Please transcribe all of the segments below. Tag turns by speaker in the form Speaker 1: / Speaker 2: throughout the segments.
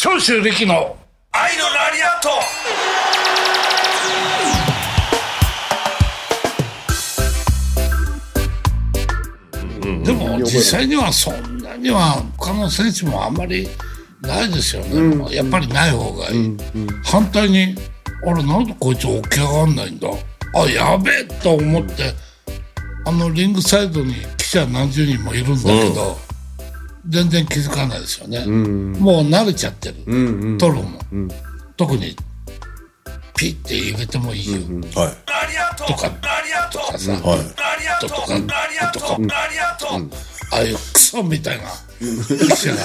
Speaker 1: 長州力の
Speaker 2: 愛のラリアット
Speaker 1: でも実際にはそんなには他の選手もあんまりないですよね、やっぱりない方がいい、反対にあれなんでこいつ起き上がんないんだあやべえと思ってあのリングサイドに記者何十人もいるんだけど、全然気づかないですよね、もう慣れちゃってる、取るも、特にピッて入れてもいいよ、
Speaker 3: はい。
Speaker 2: ラリアット
Speaker 1: とか
Speaker 2: ラリアット
Speaker 1: とかさ、
Speaker 3: はい。
Speaker 2: ラリアット
Speaker 1: とか
Speaker 2: ラリアット
Speaker 1: とか
Speaker 2: ラリアット
Speaker 1: ああいうクソみたいな記者が。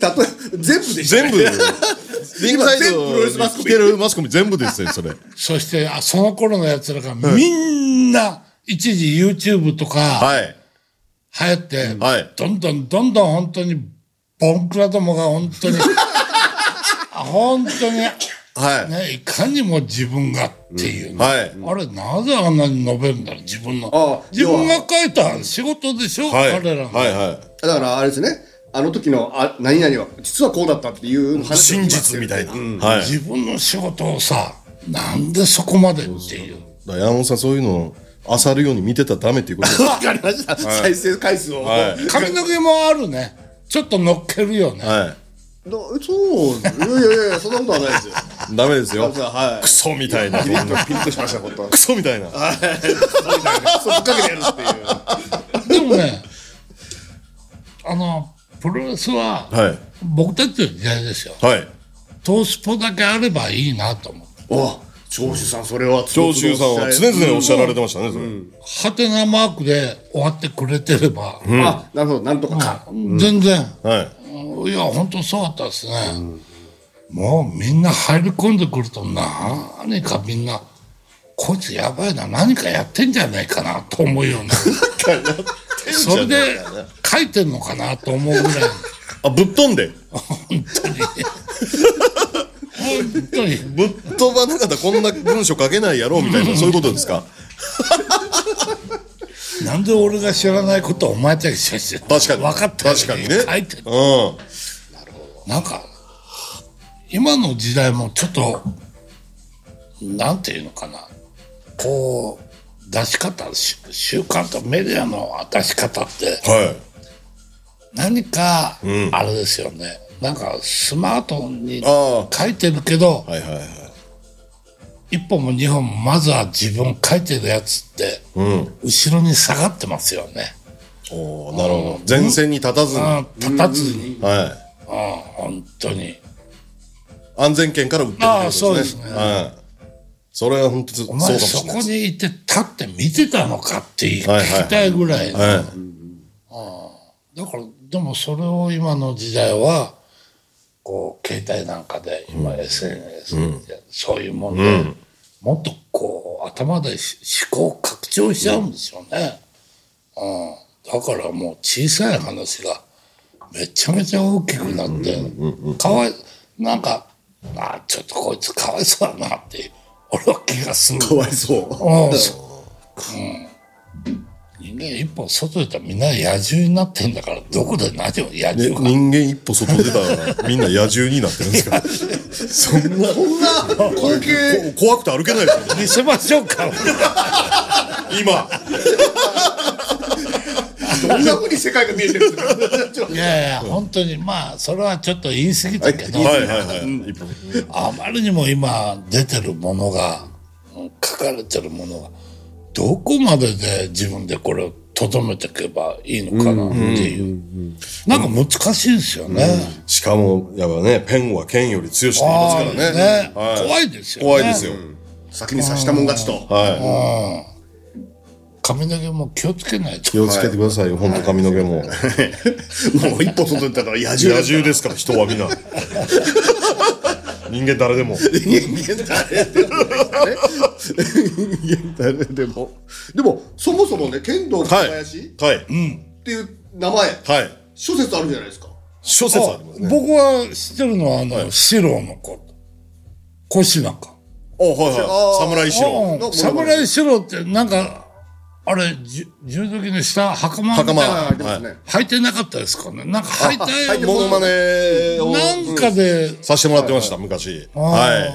Speaker 4: たとえ 全部でした
Speaker 3: 全部、リングサイ
Speaker 4: 全部プロレスマ
Speaker 3: ド
Speaker 4: スコミ
Speaker 3: 来てるマスコミ全部ですね、それ。
Speaker 1: そして、あその頃の奴らがみんな、一時 YouTube とか
Speaker 3: はい。
Speaker 1: 流行って、
Speaker 3: はい
Speaker 1: どんどんどんどん本当に、ボンクラどもが本当に、 本当に、
Speaker 3: はい。
Speaker 1: ね、いかにも自分がっていう、ね
Speaker 3: はい。
Speaker 1: あれ、なぜあんなに述べるんだろう、自分
Speaker 4: あ
Speaker 1: の
Speaker 4: あ。
Speaker 1: 自分が書いた仕事でしょ、
Speaker 3: はい。
Speaker 1: 彼らの。
Speaker 3: はい。は
Speaker 4: だからあれですねあの時のあ何々は実はこうだったっていう
Speaker 3: い。
Speaker 4: 話を
Speaker 3: 真
Speaker 4: 今して
Speaker 3: 実
Speaker 4: る
Speaker 3: みたいな。はい。
Speaker 1: 自分の仕事をさ、なんでそこまでっていう。
Speaker 3: だから山本さん、そういうのを漁るように見てたらダメっていうことです
Speaker 4: わかりました、再生回数を、
Speaker 3: は
Speaker 1: 髪の毛もあるね。ちょっと乗っけるよね。
Speaker 3: は
Speaker 4: どそういやいやいやそんなことはないですよ
Speaker 3: い。ダメですよ。
Speaker 4: はい
Speaker 3: クソみたいな。
Speaker 4: ピリッとピリッとしました本当は
Speaker 3: クソみたいな。は。
Speaker 4: そうぶっかけてやるって い
Speaker 1: で
Speaker 4: う
Speaker 1: もね、あの、プロレスはい
Speaker 3: はい。
Speaker 1: 僕たちの時代ですよ。トースポだけあればいいなと思う。
Speaker 4: お長州さんそれは
Speaker 3: 長州さんは常々おっしゃられてましたね、それ。
Speaker 1: ハテナマークで終わってくれてれば、
Speaker 4: あなるほどなんとかか、
Speaker 1: 全然、
Speaker 3: はい。
Speaker 1: いや、本当そうだったですね。もうみんな入り込んでくると、何かみんな、こいつやばいな、何かやってんじゃないかなと思うような。それで書いてんのかなと思うぐらい。
Speaker 3: あ、ぶっ飛んで。
Speaker 1: 本当に。
Speaker 3: ぶっ飛ばなかったらこんな文章書けないやろ、みたいな、そういうことですか。
Speaker 1: なんで俺が知らないことをお前たちが知らない
Speaker 3: 確かに
Speaker 1: 分かったよ
Speaker 3: 確かにね
Speaker 1: 書いてる
Speaker 3: うん。
Speaker 1: なんか今の時代もちょっとなんていうのかなこう出し方し習慣とメディアの出し方って
Speaker 3: は
Speaker 1: 何かあれですよね、なんかスマートに
Speaker 3: あ
Speaker 1: 書いてるけど
Speaker 3: い。はいはいはい。
Speaker 1: 一本も二本もまずは自分書いてるやつって、後ろに下がってますよね、
Speaker 3: おーなるほど。前線に立たずに。は
Speaker 1: あ立たずに、
Speaker 3: い。
Speaker 1: あ本当に。
Speaker 3: 安全圏から撃ってるって
Speaker 1: ああ
Speaker 3: こと
Speaker 1: そうですね
Speaker 3: はい。それは本当そうか
Speaker 1: お
Speaker 3: もしれ
Speaker 1: 前
Speaker 3: ない
Speaker 1: そこ
Speaker 3: です。
Speaker 1: にいて立って見てたのかって聞き
Speaker 3: はいはい
Speaker 1: たいぐらいの、
Speaker 3: は
Speaker 1: だからでもそれを今の時代はこう携帯なんかで今 SNS でそういうもんで、もっとこう頭でし思考拡張しちゃうんですよね、うん、だからもう小さい話がめちゃめちゃ大きくなって、かわいなんかあちょっとこいつかわいそうだなっていう俺は気がする
Speaker 4: かわいそう
Speaker 1: うん人間一歩外出たらみんな野獣になってんだからどこで何を野
Speaker 3: い。で、
Speaker 1: 獣か
Speaker 3: 人間一歩外出たらみんな野獣になってるんですかそんな、こ
Speaker 4: こんな光 景
Speaker 3: 怖くて歩けないですよね。
Speaker 1: 見せましょうか
Speaker 3: 今。
Speaker 4: どんな風に世界が見えてるんですか
Speaker 1: いやいや本当にまあそれはちょっと言い過ぎたけど、
Speaker 3: はいはいはい。一歩
Speaker 1: あまりにも今出てるものがうん書かれてるものがどこまでで自分でこれをとどめていけばいいのかなっていう、なんか難しいですよね、
Speaker 3: しかも、やっぱね、ペンは剣より強しって言いま
Speaker 1: あ
Speaker 3: す
Speaker 1: あ
Speaker 3: からね。
Speaker 1: ね
Speaker 3: はい
Speaker 1: 怖いですよね
Speaker 3: 怖いですよ。
Speaker 4: 先に刺したもん勝ちと
Speaker 3: はい。
Speaker 1: 髪の毛も気をつけないと
Speaker 3: 気をつけてくださいよ、本当髪の毛も。
Speaker 4: もう一歩外出たら
Speaker 3: 野
Speaker 4: 野獣だった
Speaker 3: 獣ですから、人は皆。人間誰でも。
Speaker 4: 人間誰でもね人間誰でもでもそもそもね剣道小
Speaker 3: はい。
Speaker 4: 林
Speaker 3: はい。
Speaker 4: っていう名前
Speaker 3: はい。
Speaker 4: 諸説あるじゃないですか
Speaker 3: 諸説ありますね。
Speaker 1: 僕は知ってるのは、あの、四郎の子。腰なんか。
Speaker 3: おはいはい。侍四郎。
Speaker 1: 侍四郎って、なんか、あれ、じ柔道着の下、袴みたい
Speaker 3: 袴。
Speaker 1: な
Speaker 4: あーでもね
Speaker 3: は
Speaker 1: 履
Speaker 3: い
Speaker 1: いてなかったですかね。なんか履い
Speaker 4: あ履い
Speaker 1: て、
Speaker 4: て
Speaker 3: モノマネを
Speaker 1: なんかで、
Speaker 3: させてもらってました、昔。は
Speaker 1: はい。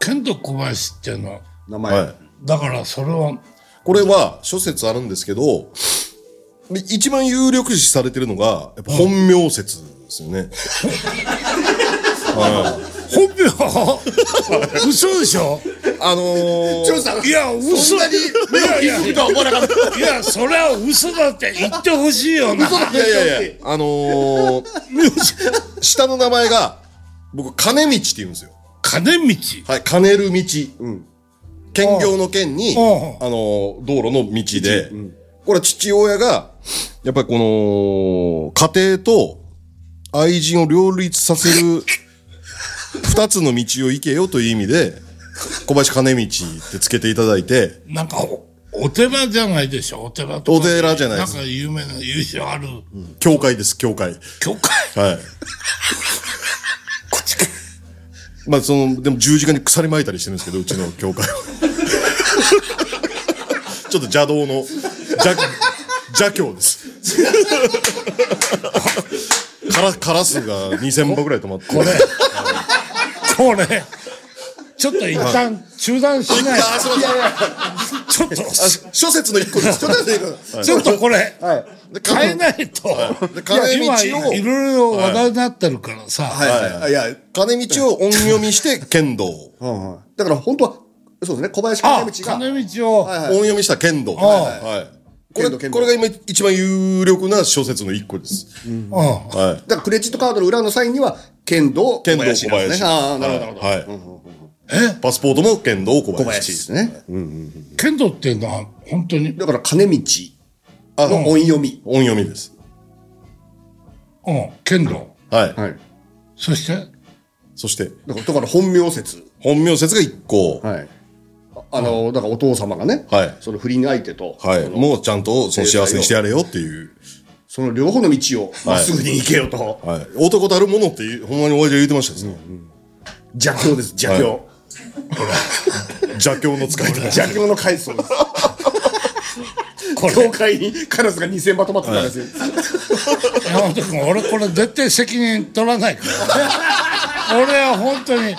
Speaker 1: 剣道小林っていうのは、
Speaker 4: 名
Speaker 3: い。
Speaker 4: 前、
Speaker 3: はい。
Speaker 1: だからそれは、
Speaker 3: これは諸説あるんですけど、で一番有力視されてるのが、やっぱ本名説ですよね。
Speaker 1: 本名嘘でしょ
Speaker 3: あのー、
Speaker 4: 長さん
Speaker 1: いや、嘘だに、いやいや、
Speaker 4: とは思わなかった
Speaker 1: いや、それは嘘だって言ってほしいよな。
Speaker 3: いやいやいや、あのー、下の名前が、僕、金道って言うんですよ。
Speaker 1: 金道。
Speaker 3: はい、金る道。
Speaker 4: ん
Speaker 3: 兼業の兼に、あ
Speaker 1: おう
Speaker 3: のー、道路の道で、これは父親が、やっぱりこの、家庭と愛人を両立させる、二つの道を行けよという意味で、小林金道ってつけていただいて、
Speaker 1: なんかお、お寺じゃないでしょ、お寺とか。
Speaker 3: お寺じゃないです
Speaker 1: なんか有名な、優秀ある、
Speaker 3: 教会です、教会。
Speaker 1: 教会。
Speaker 3: はい。まあその、でも十字架に鎖巻いたりしてるんですけど、うちの教 会は。ちょっと邪道の、邪、邪教です。カラカラスが2000羽ぐらい止まって。
Speaker 1: これ、これ、ちょっと一旦中断しない。
Speaker 3: あ、すいません
Speaker 1: ちょっと、
Speaker 3: あ諸説の一個です。諸説の一個です
Speaker 1: ちょっとこれ、
Speaker 4: はい
Speaker 1: 変えないと。
Speaker 3: で
Speaker 1: いや
Speaker 3: 金道を
Speaker 1: 今、いろいろ話題になってるからさ、
Speaker 4: はいはい、いや
Speaker 3: 金道を音読みして剣道。
Speaker 4: うんうんだから本当はそうですね小林
Speaker 1: あ
Speaker 4: 金、道が
Speaker 1: 金道を、
Speaker 4: はい
Speaker 3: 音読みした剣道。
Speaker 1: あ
Speaker 3: はい。こ
Speaker 4: 剣
Speaker 3: れ、
Speaker 4: 道剣道
Speaker 3: これが今一番有力な諸説の一個です。
Speaker 1: うん
Speaker 3: はい。
Speaker 4: だからクレジットカードの裏のサインには剣道
Speaker 3: 剣道小林
Speaker 4: なんですねああなるほどなるほど
Speaker 3: はい、
Speaker 1: え
Speaker 3: パスポートも剣道小林
Speaker 4: 小林ですねうん
Speaker 1: 剣道っていうのは本当に、
Speaker 4: だから金道
Speaker 3: あ
Speaker 4: の音読み
Speaker 3: 音読みです
Speaker 1: うん、剣道。
Speaker 3: はい、
Speaker 4: はい
Speaker 1: そして、
Speaker 3: そして
Speaker 4: だからだから本名説
Speaker 3: 本名説が1個はい、
Speaker 4: はいああのだからお父様がね
Speaker 3: はい
Speaker 4: その不倫相手と
Speaker 3: もうちゃんとその幸せにしてやれよっていう、
Speaker 4: その両方の道をまっすぐに行けよと
Speaker 3: はい、男たるものっていうほんまにおやじが言ってましたですね、
Speaker 4: 邪教です邪教
Speaker 3: 邪教の 使い方
Speaker 4: 邪教の階層 です
Speaker 1: これ、
Speaker 4: 教会にカラスが2000羽止まってたんですよ
Speaker 1: 山本君、俺これ絶対責任取らないから。俺は本当に、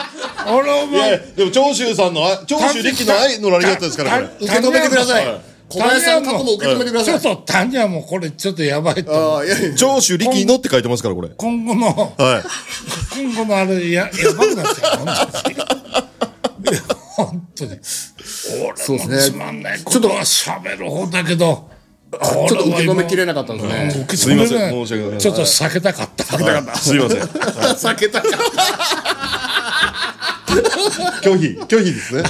Speaker 1: 俺お
Speaker 3: いや
Speaker 1: 前、
Speaker 3: でも長州さんのあ長州力の愛のられ方ですからこれ
Speaker 1: た
Speaker 4: 受け止めてください
Speaker 3: はい
Speaker 4: 小林さんの過去も受け止めてくだ
Speaker 1: ち
Speaker 4: さ
Speaker 1: ょっ
Speaker 4: い
Speaker 1: と谷はもうこれちょっとやばいと思う。
Speaker 4: ああいやいや
Speaker 3: 長州力のって書いてますからこれ
Speaker 1: 今後の、
Speaker 3: はい
Speaker 1: 今後のあれや、やばくなっちゃう。本当に。いや本当
Speaker 4: う
Speaker 1: に。
Speaker 4: で
Speaker 1: 俺
Speaker 4: す
Speaker 1: も
Speaker 4: ね
Speaker 1: つまんないことは喋る方だけど、こ
Speaker 4: ちょっと受け止めきれ
Speaker 1: な
Speaker 4: なかったんですね、
Speaker 1: 受け止め
Speaker 3: すいません
Speaker 1: れ
Speaker 3: 申し訳ござい
Speaker 1: な
Speaker 3: ま
Speaker 1: い。
Speaker 3: せ
Speaker 1: ち
Speaker 3: ん
Speaker 1: ょっと避けたかった。
Speaker 3: はいすいません
Speaker 4: 避けたかった
Speaker 3: 拒否拒否ですね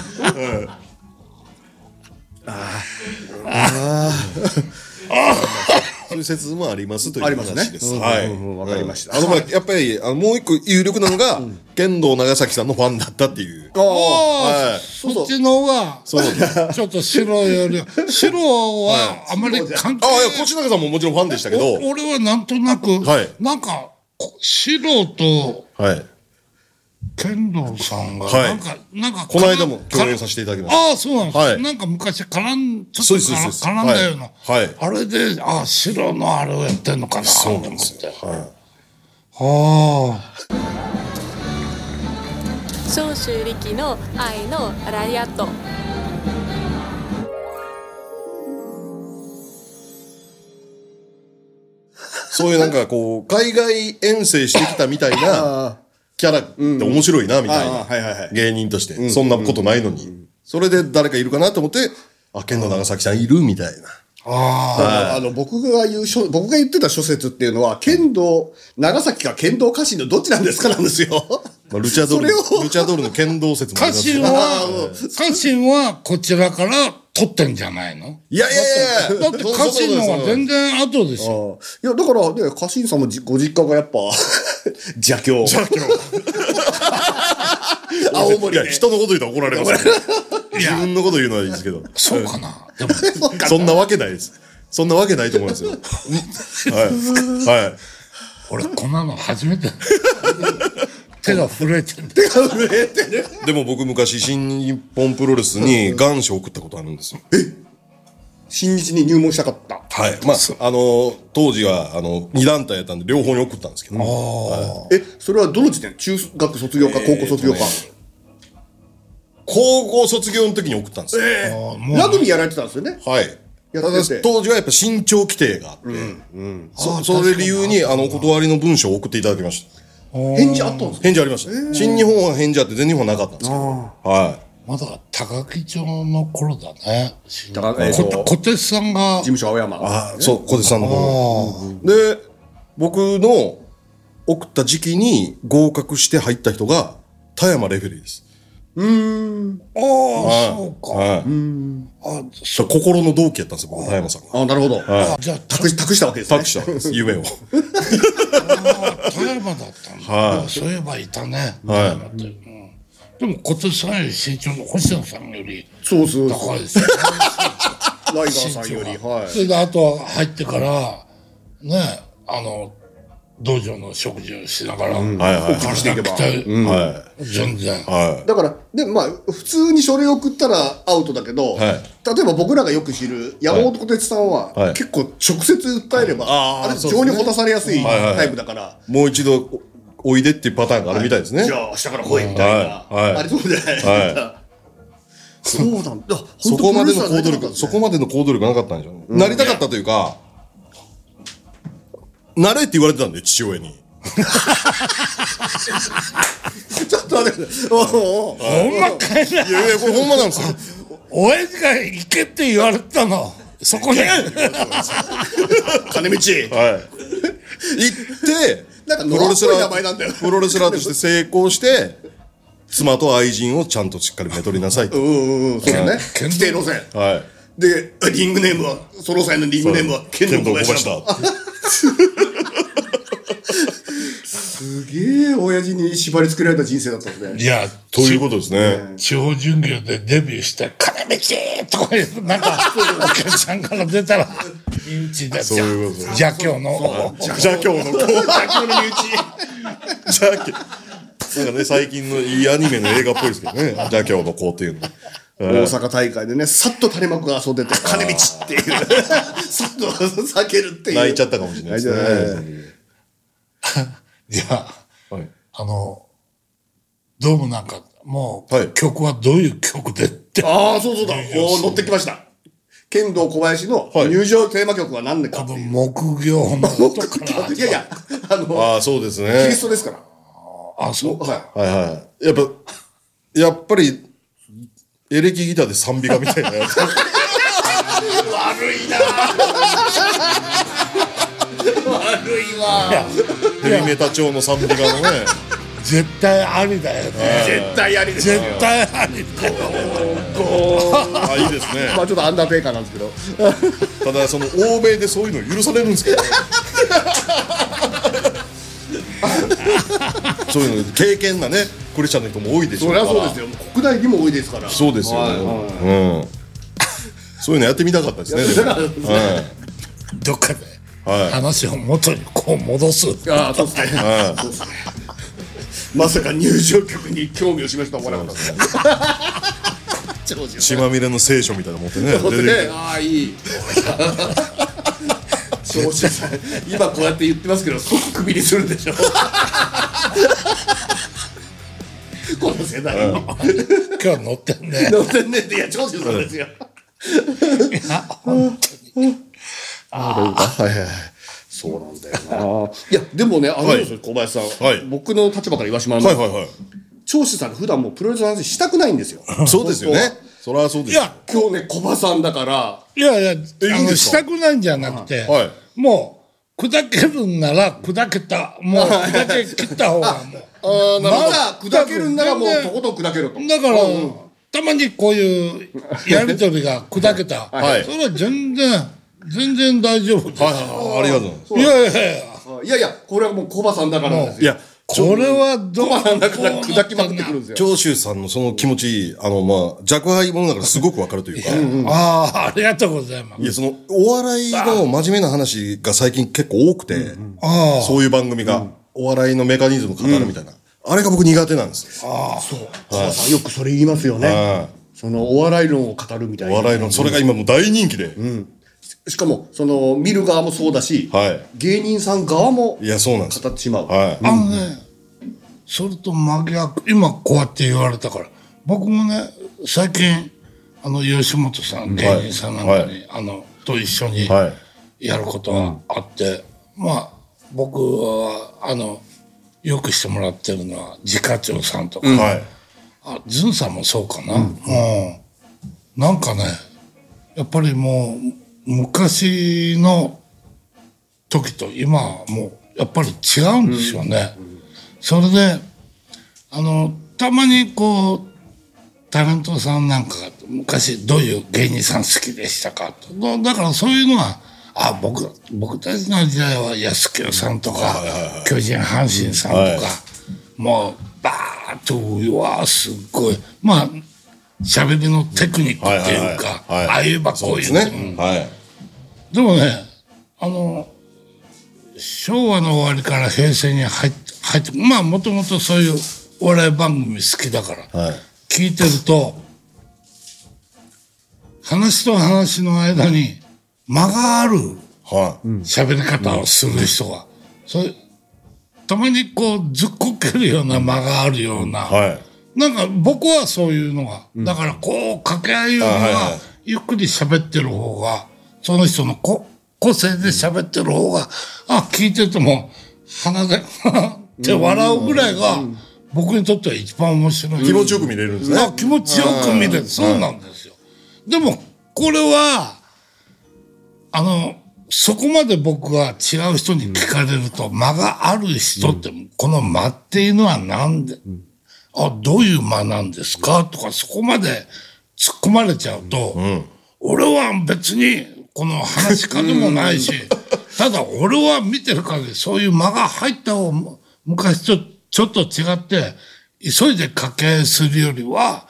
Speaker 3: そういう説もありますという
Speaker 4: ありますね
Speaker 3: 話です。はい。
Speaker 4: うんうんわかりました
Speaker 3: あの、まあ、やっぱり、あの、もう一個有力なのが、剣道長崎さんのファンだったっていう。
Speaker 4: あ
Speaker 3: はい。
Speaker 4: うそ
Speaker 1: そうっちの方が、
Speaker 3: そう。あ、い
Speaker 1: ちょっと白より、白はあまり関係
Speaker 3: や、越中さんももちろんファンでしたけど。
Speaker 1: お俺はなんとなく、
Speaker 3: はい
Speaker 1: なんか、こ白と
Speaker 3: はい。
Speaker 1: 剣道さんが、
Speaker 3: はい
Speaker 1: なんか、なんか、
Speaker 3: この間も共演させていただきました。
Speaker 1: ああ、そうなんです、
Speaker 3: はい
Speaker 1: なんか昔絡ん、ち
Speaker 3: そ
Speaker 1: ょ
Speaker 3: う
Speaker 1: っ
Speaker 3: です
Speaker 1: と
Speaker 3: そうで
Speaker 1: 絡絡
Speaker 3: す
Speaker 1: んだような。
Speaker 3: はいはい
Speaker 1: あれで、ああ、白のあれをやってんのかなと
Speaker 3: そう
Speaker 1: 思っ
Speaker 3: なんです
Speaker 1: て。
Speaker 3: よ。はい。
Speaker 1: はあ。
Speaker 2: 長州力の愛のラリアット
Speaker 3: そういうなんか、こう、海外遠征してきたみたいな、キャラって面白いな、みたいな
Speaker 4: あ。ーはいはいはい
Speaker 3: 芸人として。そんなことないのに。それで誰かいるかなと思って、あ、剣道長崎さんいるみたいな。
Speaker 1: ああ。
Speaker 4: あの僕が言う諸僕が言ってた諸説っていうのは剣道長崎か剣道家臣のどっちなんですかなんですよ。
Speaker 3: まあ、ルチャドール、
Speaker 4: それを
Speaker 3: ルチャドールの剣道説もあり
Speaker 1: 家
Speaker 3: ますけ
Speaker 1: 臣は、家臣
Speaker 3: ど
Speaker 1: はこちらから取ってんじゃないの
Speaker 3: いやいやい
Speaker 1: だ
Speaker 3: や
Speaker 1: って家臣の方が全然後ですよ。
Speaker 4: いやだからね家臣さんもじご実家がやっぱ 邪教青森
Speaker 3: いや、
Speaker 4: で。
Speaker 3: 人のこと言うと怒られますけど。自分のこと言うのはいいですけど。
Speaker 1: そうかな。でも、
Speaker 3: そんなわけないです。そんなわけないと思いますよ。はい。はい。
Speaker 1: 俺こんなの初 めて。手が震えてる。
Speaker 3: でも僕昔、新日本プロレスに願書送ったことあるんですよ。
Speaker 4: 新日に入門したかった。
Speaker 3: はい。まあ、あの、当時は、あの、二団体やったんで、両方に送ったんですけど。
Speaker 4: え、それはどの時点中学卒業か高校卒業か。
Speaker 3: 高校卒業の時に送ったんですよ。
Speaker 4: ラグビーやられてたんですよね。
Speaker 3: はい。
Speaker 4: や
Speaker 3: た
Speaker 4: ってて
Speaker 3: だ、当時はやっぱ身長規定があって、うん
Speaker 1: あ
Speaker 3: そ
Speaker 1: ー
Speaker 3: それ理由に、あの、お断りの文章を送っていただきました。
Speaker 4: 返事あったんですか
Speaker 3: 返事ありました。新日本は返事あって、全日本はなかったんですけど。は
Speaker 1: まだ高木町の頃だね。
Speaker 4: だからえーと
Speaker 1: こ小手さんが
Speaker 4: 事務所青山。
Speaker 3: い。ああ、そう、小手さんの方で、僕の送った時期に合格して入った人が、田山レフェリーです。
Speaker 1: ああ、
Speaker 3: は
Speaker 1: そ
Speaker 3: いう
Speaker 1: か。
Speaker 3: はい。
Speaker 1: あ
Speaker 3: そう心の同期やったんですよ、僕、田山さんが。
Speaker 4: あ、なるほど。
Speaker 1: あじゃあ、た
Speaker 4: 託し、託したわけですね。
Speaker 3: 託したんです、夢を。
Speaker 1: 富山だったんだ。
Speaker 3: はい
Speaker 1: そういえばいたね。
Speaker 3: はい
Speaker 1: 富山ってうんでも小手さんより身長の星野さんより
Speaker 4: そうそうそう。
Speaker 1: 高いですよね。
Speaker 4: ライガーさんより。は。
Speaker 1: それであと入ってからねあの道場の食事をしながら、うん
Speaker 3: はいはい
Speaker 1: していけば
Speaker 3: は
Speaker 1: 全然
Speaker 3: い。はい
Speaker 4: だから、で、まあ、普通に書類を送ったらアウトだけど、
Speaker 3: はい
Speaker 4: 例えば僕らがよく知る山本小鉄さんは、
Speaker 3: はい
Speaker 4: 結構直接訴えれば、
Speaker 3: あー
Speaker 4: あれ、
Speaker 3: そう
Speaker 4: 情にほたされやすい
Speaker 3: はいはい
Speaker 4: タイプだから、
Speaker 3: い。もう一度、おおいでっていうパターンがあるみたいですね。
Speaker 4: じゃあ、下から来いみたいな。
Speaker 3: はいはい
Speaker 4: ありそうじゃない、
Speaker 3: は
Speaker 4: そうなんだ。
Speaker 3: そこまでの行動
Speaker 4: 本当プロレスラーになりたかっ
Speaker 3: 力、
Speaker 4: たんね
Speaker 3: そこまでの行動力なかったんでしょ。なりたかったというか、なれって言われてたんだよ、父親に。
Speaker 4: ちょっと待ってください。おうおう
Speaker 1: ほんまかいない
Speaker 3: やいや、これほんまなんですよ。
Speaker 1: 親父が行けって言われたのそこに
Speaker 4: 金道。
Speaker 3: はい。行って、
Speaker 4: なんか
Speaker 3: プロレス
Speaker 4: 呪われてる
Speaker 3: ラ
Speaker 4: 名前なんだよ
Speaker 3: ー、プロレスラーとして成功して、妻と愛人をちゃんとしっかりめとりなさいと。
Speaker 4: うんうんうん、そうだね。
Speaker 1: 剣道
Speaker 4: 規定路線。
Speaker 3: はい。
Speaker 4: で、リングネームは、その際のリングネームは、剣道小林だ。
Speaker 3: だ。
Speaker 4: すげえ、親父に縛り付けられた人生だったんですね。
Speaker 1: いや
Speaker 3: ということですね。
Speaker 1: 地方巡業でデビューして「金道!」とか言うなんかお客さんから出たら身内だ
Speaker 3: そういうことです
Speaker 1: 邪教の
Speaker 3: 邪教 の邪教の身内邪教なんかね最近のいいアニメの映画っぽいですけどね邪教の子っていうの
Speaker 4: 大阪大会でね、さっと垂れ幕が遊んでて、金道っていう、 さっと避けるっていう。
Speaker 3: 泣いちゃったかもしれないですね
Speaker 1: じゃあ
Speaker 3: はい
Speaker 1: あのドームなんかも
Speaker 3: は
Speaker 1: う
Speaker 3: い
Speaker 1: 曲はどういう曲でって
Speaker 4: ああ、そうそうだ。お乗ってきました。剣道小林の
Speaker 3: はい
Speaker 4: 入場テーマ曲は何でか
Speaker 1: 多
Speaker 4: って
Speaker 1: 分
Speaker 4: いう。
Speaker 1: 木魚の音から
Speaker 4: いやいや、あの、
Speaker 3: ああそうです
Speaker 4: キリ
Speaker 3: ね
Speaker 4: ストですから。
Speaker 1: あそう
Speaker 4: は
Speaker 3: はいはいやっぱやっぱりエレキギターで賛美歌みたいなやつ
Speaker 1: 悪いな悪いわ
Speaker 3: ヘビメタ調の賛美歌のね
Speaker 1: 絶対ありだよね
Speaker 4: い。絶対やりです
Speaker 1: 絶対ありだよ
Speaker 3: あいいですね
Speaker 4: まあちょっとアンダーテイカーなんですけど。
Speaker 3: ただその欧米でそういうの許されるん ですけどそういうの経験がねクリスチャンの人も多いでしょ
Speaker 4: そうり
Speaker 3: か
Speaker 4: ゃ
Speaker 3: ら
Speaker 4: そうですよ。国内にも多いですから。
Speaker 3: そうですよね、うん、そういうのやってみたかったですねでもはい
Speaker 1: どっかで
Speaker 3: はい
Speaker 1: 話を元にこう戻す
Speaker 4: ああ、そうですね。そうですねまさか入場曲に興味を示したと思わなかったですね。
Speaker 3: 血まみれの聖書みたいなの持ってね
Speaker 4: そう
Speaker 3: 出てき
Speaker 4: です
Speaker 3: て
Speaker 4: ね。ああ、いい。長州さん、今こうやって言ってますけど、即クビにするでしょ。この世代に。
Speaker 1: 今日乗ってんね
Speaker 4: 乗ってんねって、いや、長州さんですよ。
Speaker 3: はいはいはい
Speaker 4: そうなんだよな。いや、でもね、あの
Speaker 3: はい
Speaker 4: ですよ、小林さ
Speaker 3: はい
Speaker 4: ん。僕の立場から言わしてもらう
Speaker 3: はい
Speaker 4: と、
Speaker 3: はいはい
Speaker 4: 長州さんが普段もうプロレスの話したくないんですよ。
Speaker 3: そうですよねそれはそうで
Speaker 1: い
Speaker 3: すよ
Speaker 1: や
Speaker 4: 今日ね、小林さんだから、
Speaker 1: いやいやあ
Speaker 3: いいん
Speaker 1: の
Speaker 3: です
Speaker 1: し
Speaker 3: か
Speaker 1: たくないんじゃなくて
Speaker 3: はい
Speaker 1: もう砕けるんなら砕けたもう砕け切った方がもう
Speaker 4: あな
Speaker 1: るほど
Speaker 4: 砕けるんならもう
Speaker 1: 全
Speaker 4: と
Speaker 1: 然
Speaker 4: ことん砕けると。
Speaker 1: だから、たまにこういうやりとりが砕けた。
Speaker 3: はい
Speaker 1: それは全然、全然大丈夫です。
Speaker 3: はいはいはいありがとうござ
Speaker 1: い、
Speaker 3: います
Speaker 1: やいやいや、
Speaker 4: いやいや、これはもうコバさんだからなんです
Speaker 3: い
Speaker 4: よ。
Speaker 3: や
Speaker 1: これはどう
Speaker 4: コバさんだから砕きまくってくるんですよ。
Speaker 3: 長州さんのその気持ちあのまあ若輩者だからすごくわかると いうか
Speaker 1: ああ、ありがとうございます
Speaker 3: い。や、その、お笑いの真面目な話が最近結構多くて、
Speaker 1: あ
Speaker 3: そういう番組が、お笑いのメカニズム語るみたいな。あれが僕苦手なんですよ。
Speaker 4: コバさんよくそれ言いますよね。
Speaker 3: はい
Speaker 4: そのお笑い論を語るみたい
Speaker 3: お
Speaker 4: な。
Speaker 3: 笑いの、それが今もう大人気で。
Speaker 4: しかも、その、見る側もそうだし、
Speaker 3: はい
Speaker 4: 芸人さん側も
Speaker 3: いや、そうなんです
Speaker 4: 語ってしまう。
Speaker 3: はい。
Speaker 1: あのね、それと真逆、今こうやって言われたから、僕もね、最近、あの、吉本さん、芸人さんなんかに、
Speaker 3: は
Speaker 1: あの、と一緒に
Speaker 3: は
Speaker 1: やることがあって、まあ、僕は、あの、よくしてもらってるのは、自家長さんとか、
Speaker 3: はい。
Speaker 1: あ、ずんさんもそうかな。うん。なんかね、やっぱりもう、昔の時と今はもう、やっぱり違うんですよね。それで、あの、たまにこう、タレントさんなんかが昔どういう芸人さん好きでしたかと。だだからそういうのは、あ、僕、僕たちの時代は安清さんとか、巨人阪神さんとか、
Speaker 3: はい
Speaker 1: もうバーッと、うわーすっごい。まあ、喋りのテクニック
Speaker 3: はい。
Speaker 1: って
Speaker 3: はい
Speaker 1: いうか、ああ言えばこういう
Speaker 3: そうですね。はい。
Speaker 1: でもね、あの、昭和の終わりから平成に入って、入って、まあもともとそういうお笑い番組好きだから、
Speaker 3: はい
Speaker 1: 聞いてると、話と話の間に間がある
Speaker 3: はい。
Speaker 1: 喋り方をする人が、それ、たまにこうずっこけるような間があるような、
Speaker 3: はい。
Speaker 1: なんか僕はそういうのが、だからこう掛け合いより
Speaker 3: あはいは
Speaker 1: はいゆっくり喋ってる方が、その人のこ個性で喋ってる方が、あ、聞いてても鼻で、 って笑うぐらいが、僕にとっては一番面白い。
Speaker 3: 気持ちよく見れるんですね。
Speaker 1: あ気持ちよく見れる。そうなんですよ。でも、これは、あの、そこまで僕は違う人に聞かれると、間がある人って、この間っていうのはなんで、あ、どういう間なんですかとか、そこまで突っ込まれちゃうと、俺は別に、この話し家でもないし、ただ俺は見てる限り、そういう間が入った方が昔とちょっと違って、急いで掛け合いするよりは、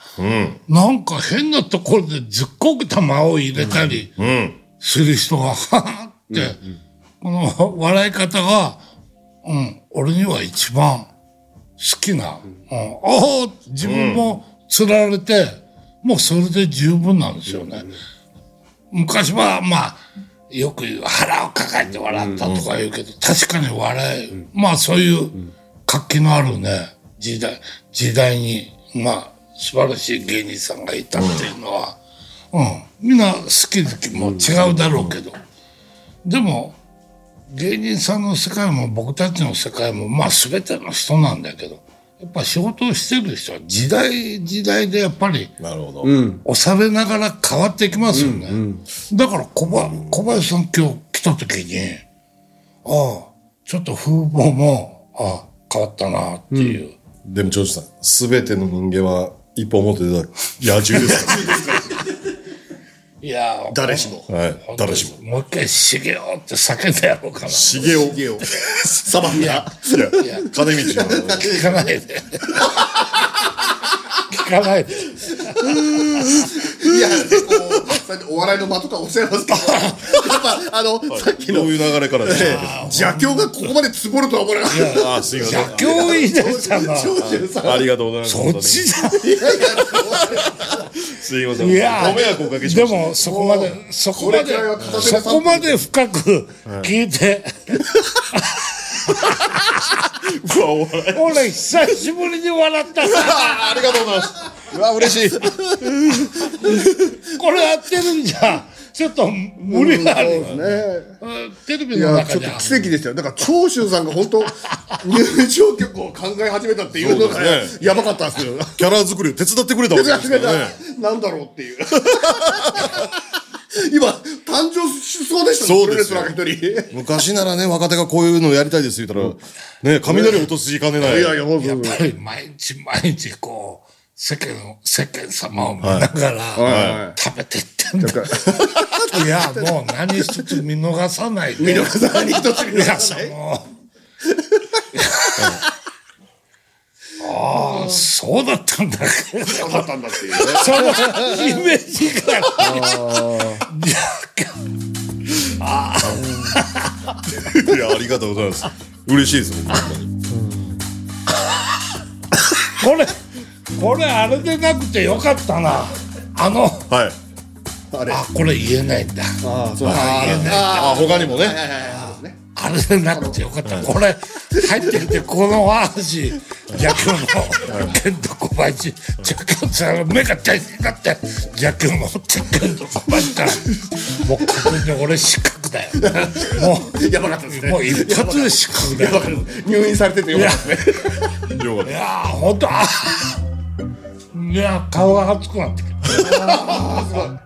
Speaker 1: なんか変なところでずっこけた間を入れたり、
Speaker 3: うん。
Speaker 1: する人が、ははって、この笑い方が、うん、俺には一番好きな、うん、ああ、自分も釣られて、もうそれで十分なんですよね。昔は、まあ、よく言う腹を抱えて笑ったとか言うけど、確かに笑い、まあそういう活気のあるね、時代、時代に、まあ、素晴らしい芸人さんがいたっていうのは、うん、みんな好き好きも違うだろうけど、でも芸人さんの世界も僕たちの世界もまあ全ての人なんだけどやっぱ仕事をしてる人は時代時代でやっぱり
Speaker 3: なるほど。
Speaker 1: 押されながら変わっていきますよね、だから小林小林さん今日来た時にああちょっと風貌もああ変わったなっていう。
Speaker 3: でも、ジョージさん、すべての人間は一歩表出た野獣ですか
Speaker 1: いやー
Speaker 4: 誰しも。
Speaker 3: ら。 はい。誰しも。
Speaker 1: もう一回「しげよ」って叫んでやろうかな
Speaker 3: 茂雄。い
Speaker 4: ゲオ。 サバンナ。
Speaker 3: や、金道 の。
Speaker 1: 聞かないで。聞かないで。
Speaker 4: いや、こうさっきお笑いの間とかおっしゃいますけど、やっぱ、あの、さっき
Speaker 3: どう
Speaker 4: の、
Speaker 3: いう流れからですか
Speaker 4: 邪教がここまで積もるとは思わなかった。
Speaker 3: あ、すいません。
Speaker 1: 妥協言い出した な。そ
Speaker 4: 長州さん。
Speaker 3: ありがとうございます。
Speaker 1: っちじゃ
Speaker 4: いやいや
Speaker 3: すいません。
Speaker 1: ん。いや、
Speaker 3: ご迷惑をおかけしました。
Speaker 1: でも、そこまで、そこま
Speaker 4: これくらいは
Speaker 1: で
Speaker 4: 片手、で
Speaker 1: そこまで深く聞いて、
Speaker 3: うわ、お笑い。
Speaker 1: 俺、久しぶりに笑ったな。
Speaker 3: あありがとうございます。うわ、嬉しい。
Speaker 1: これやってるんじゃ、ちょっと無理があるよ。
Speaker 4: そうですね。
Speaker 1: うんテレビ
Speaker 4: い
Speaker 1: の
Speaker 4: や、ち
Speaker 1: 中
Speaker 4: ょっ
Speaker 1: じ
Speaker 4: と
Speaker 1: ゃ。
Speaker 4: 奇跡ですよ。だから、長州さんが本当、入場曲を考え始めたっていうのが
Speaker 3: そうです
Speaker 4: やばかったんですけど、
Speaker 3: キャラ作りを手伝ってくれたわけですから ね。
Speaker 4: なんだろうっていう。今、誕生しそうでした
Speaker 3: そ
Speaker 4: ね、
Speaker 3: うですよ
Speaker 4: プロレスラーが一人。
Speaker 3: 昔ならね、若手がこういうのをやりたいですって言ったら、ね、雷落とす時間ねない。
Speaker 4: いやいや、ほんと
Speaker 1: やっ
Speaker 4: に。
Speaker 1: ぱり毎日毎日こう、世間を、世間様を見ながら、
Speaker 4: はい
Speaker 1: 食べてってんだ。いや、もう何一つ見逃さないで。
Speaker 4: 見逃さない、一つ見
Speaker 1: い
Speaker 4: 逃
Speaker 1: や、
Speaker 4: さ
Speaker 1: そ
Speaker 4: ない。
Speaker 1: の。ああ、そうだったんだ。
Speaker 4: そうだったんだっていうね。
Speaker 1: そのイメージが。
Speaker 3: いや、ありがとうございます。嬉しいです、僕本当に
Speaker 1: これ、これあれでなくてよかったな。あの
Speaker 3: はい。
Speaker 4: あれ
Speaker 1: あこれ言えないんだ
Speaker 4: ああそうあ
Speaker 1: 言えない
Speaker 3: ああ、他にもね。
Speaker 1: あれでなくてよかった。これ、入ってきて、この話、ジャックの、ケント小林、ジャックさんが目が大好きだって、ジャックの、ケント小林から、もう確認俺失格だよ。もう、
Speaker 4: やばかったですね
Speaker 1: もう一発で失格だよ。
Speaker 4: 入院されててよかったですね
Speaker 3: よかっ
Speaker 1: いやー、ほんと、あーいやー、顔が熱くなってきた。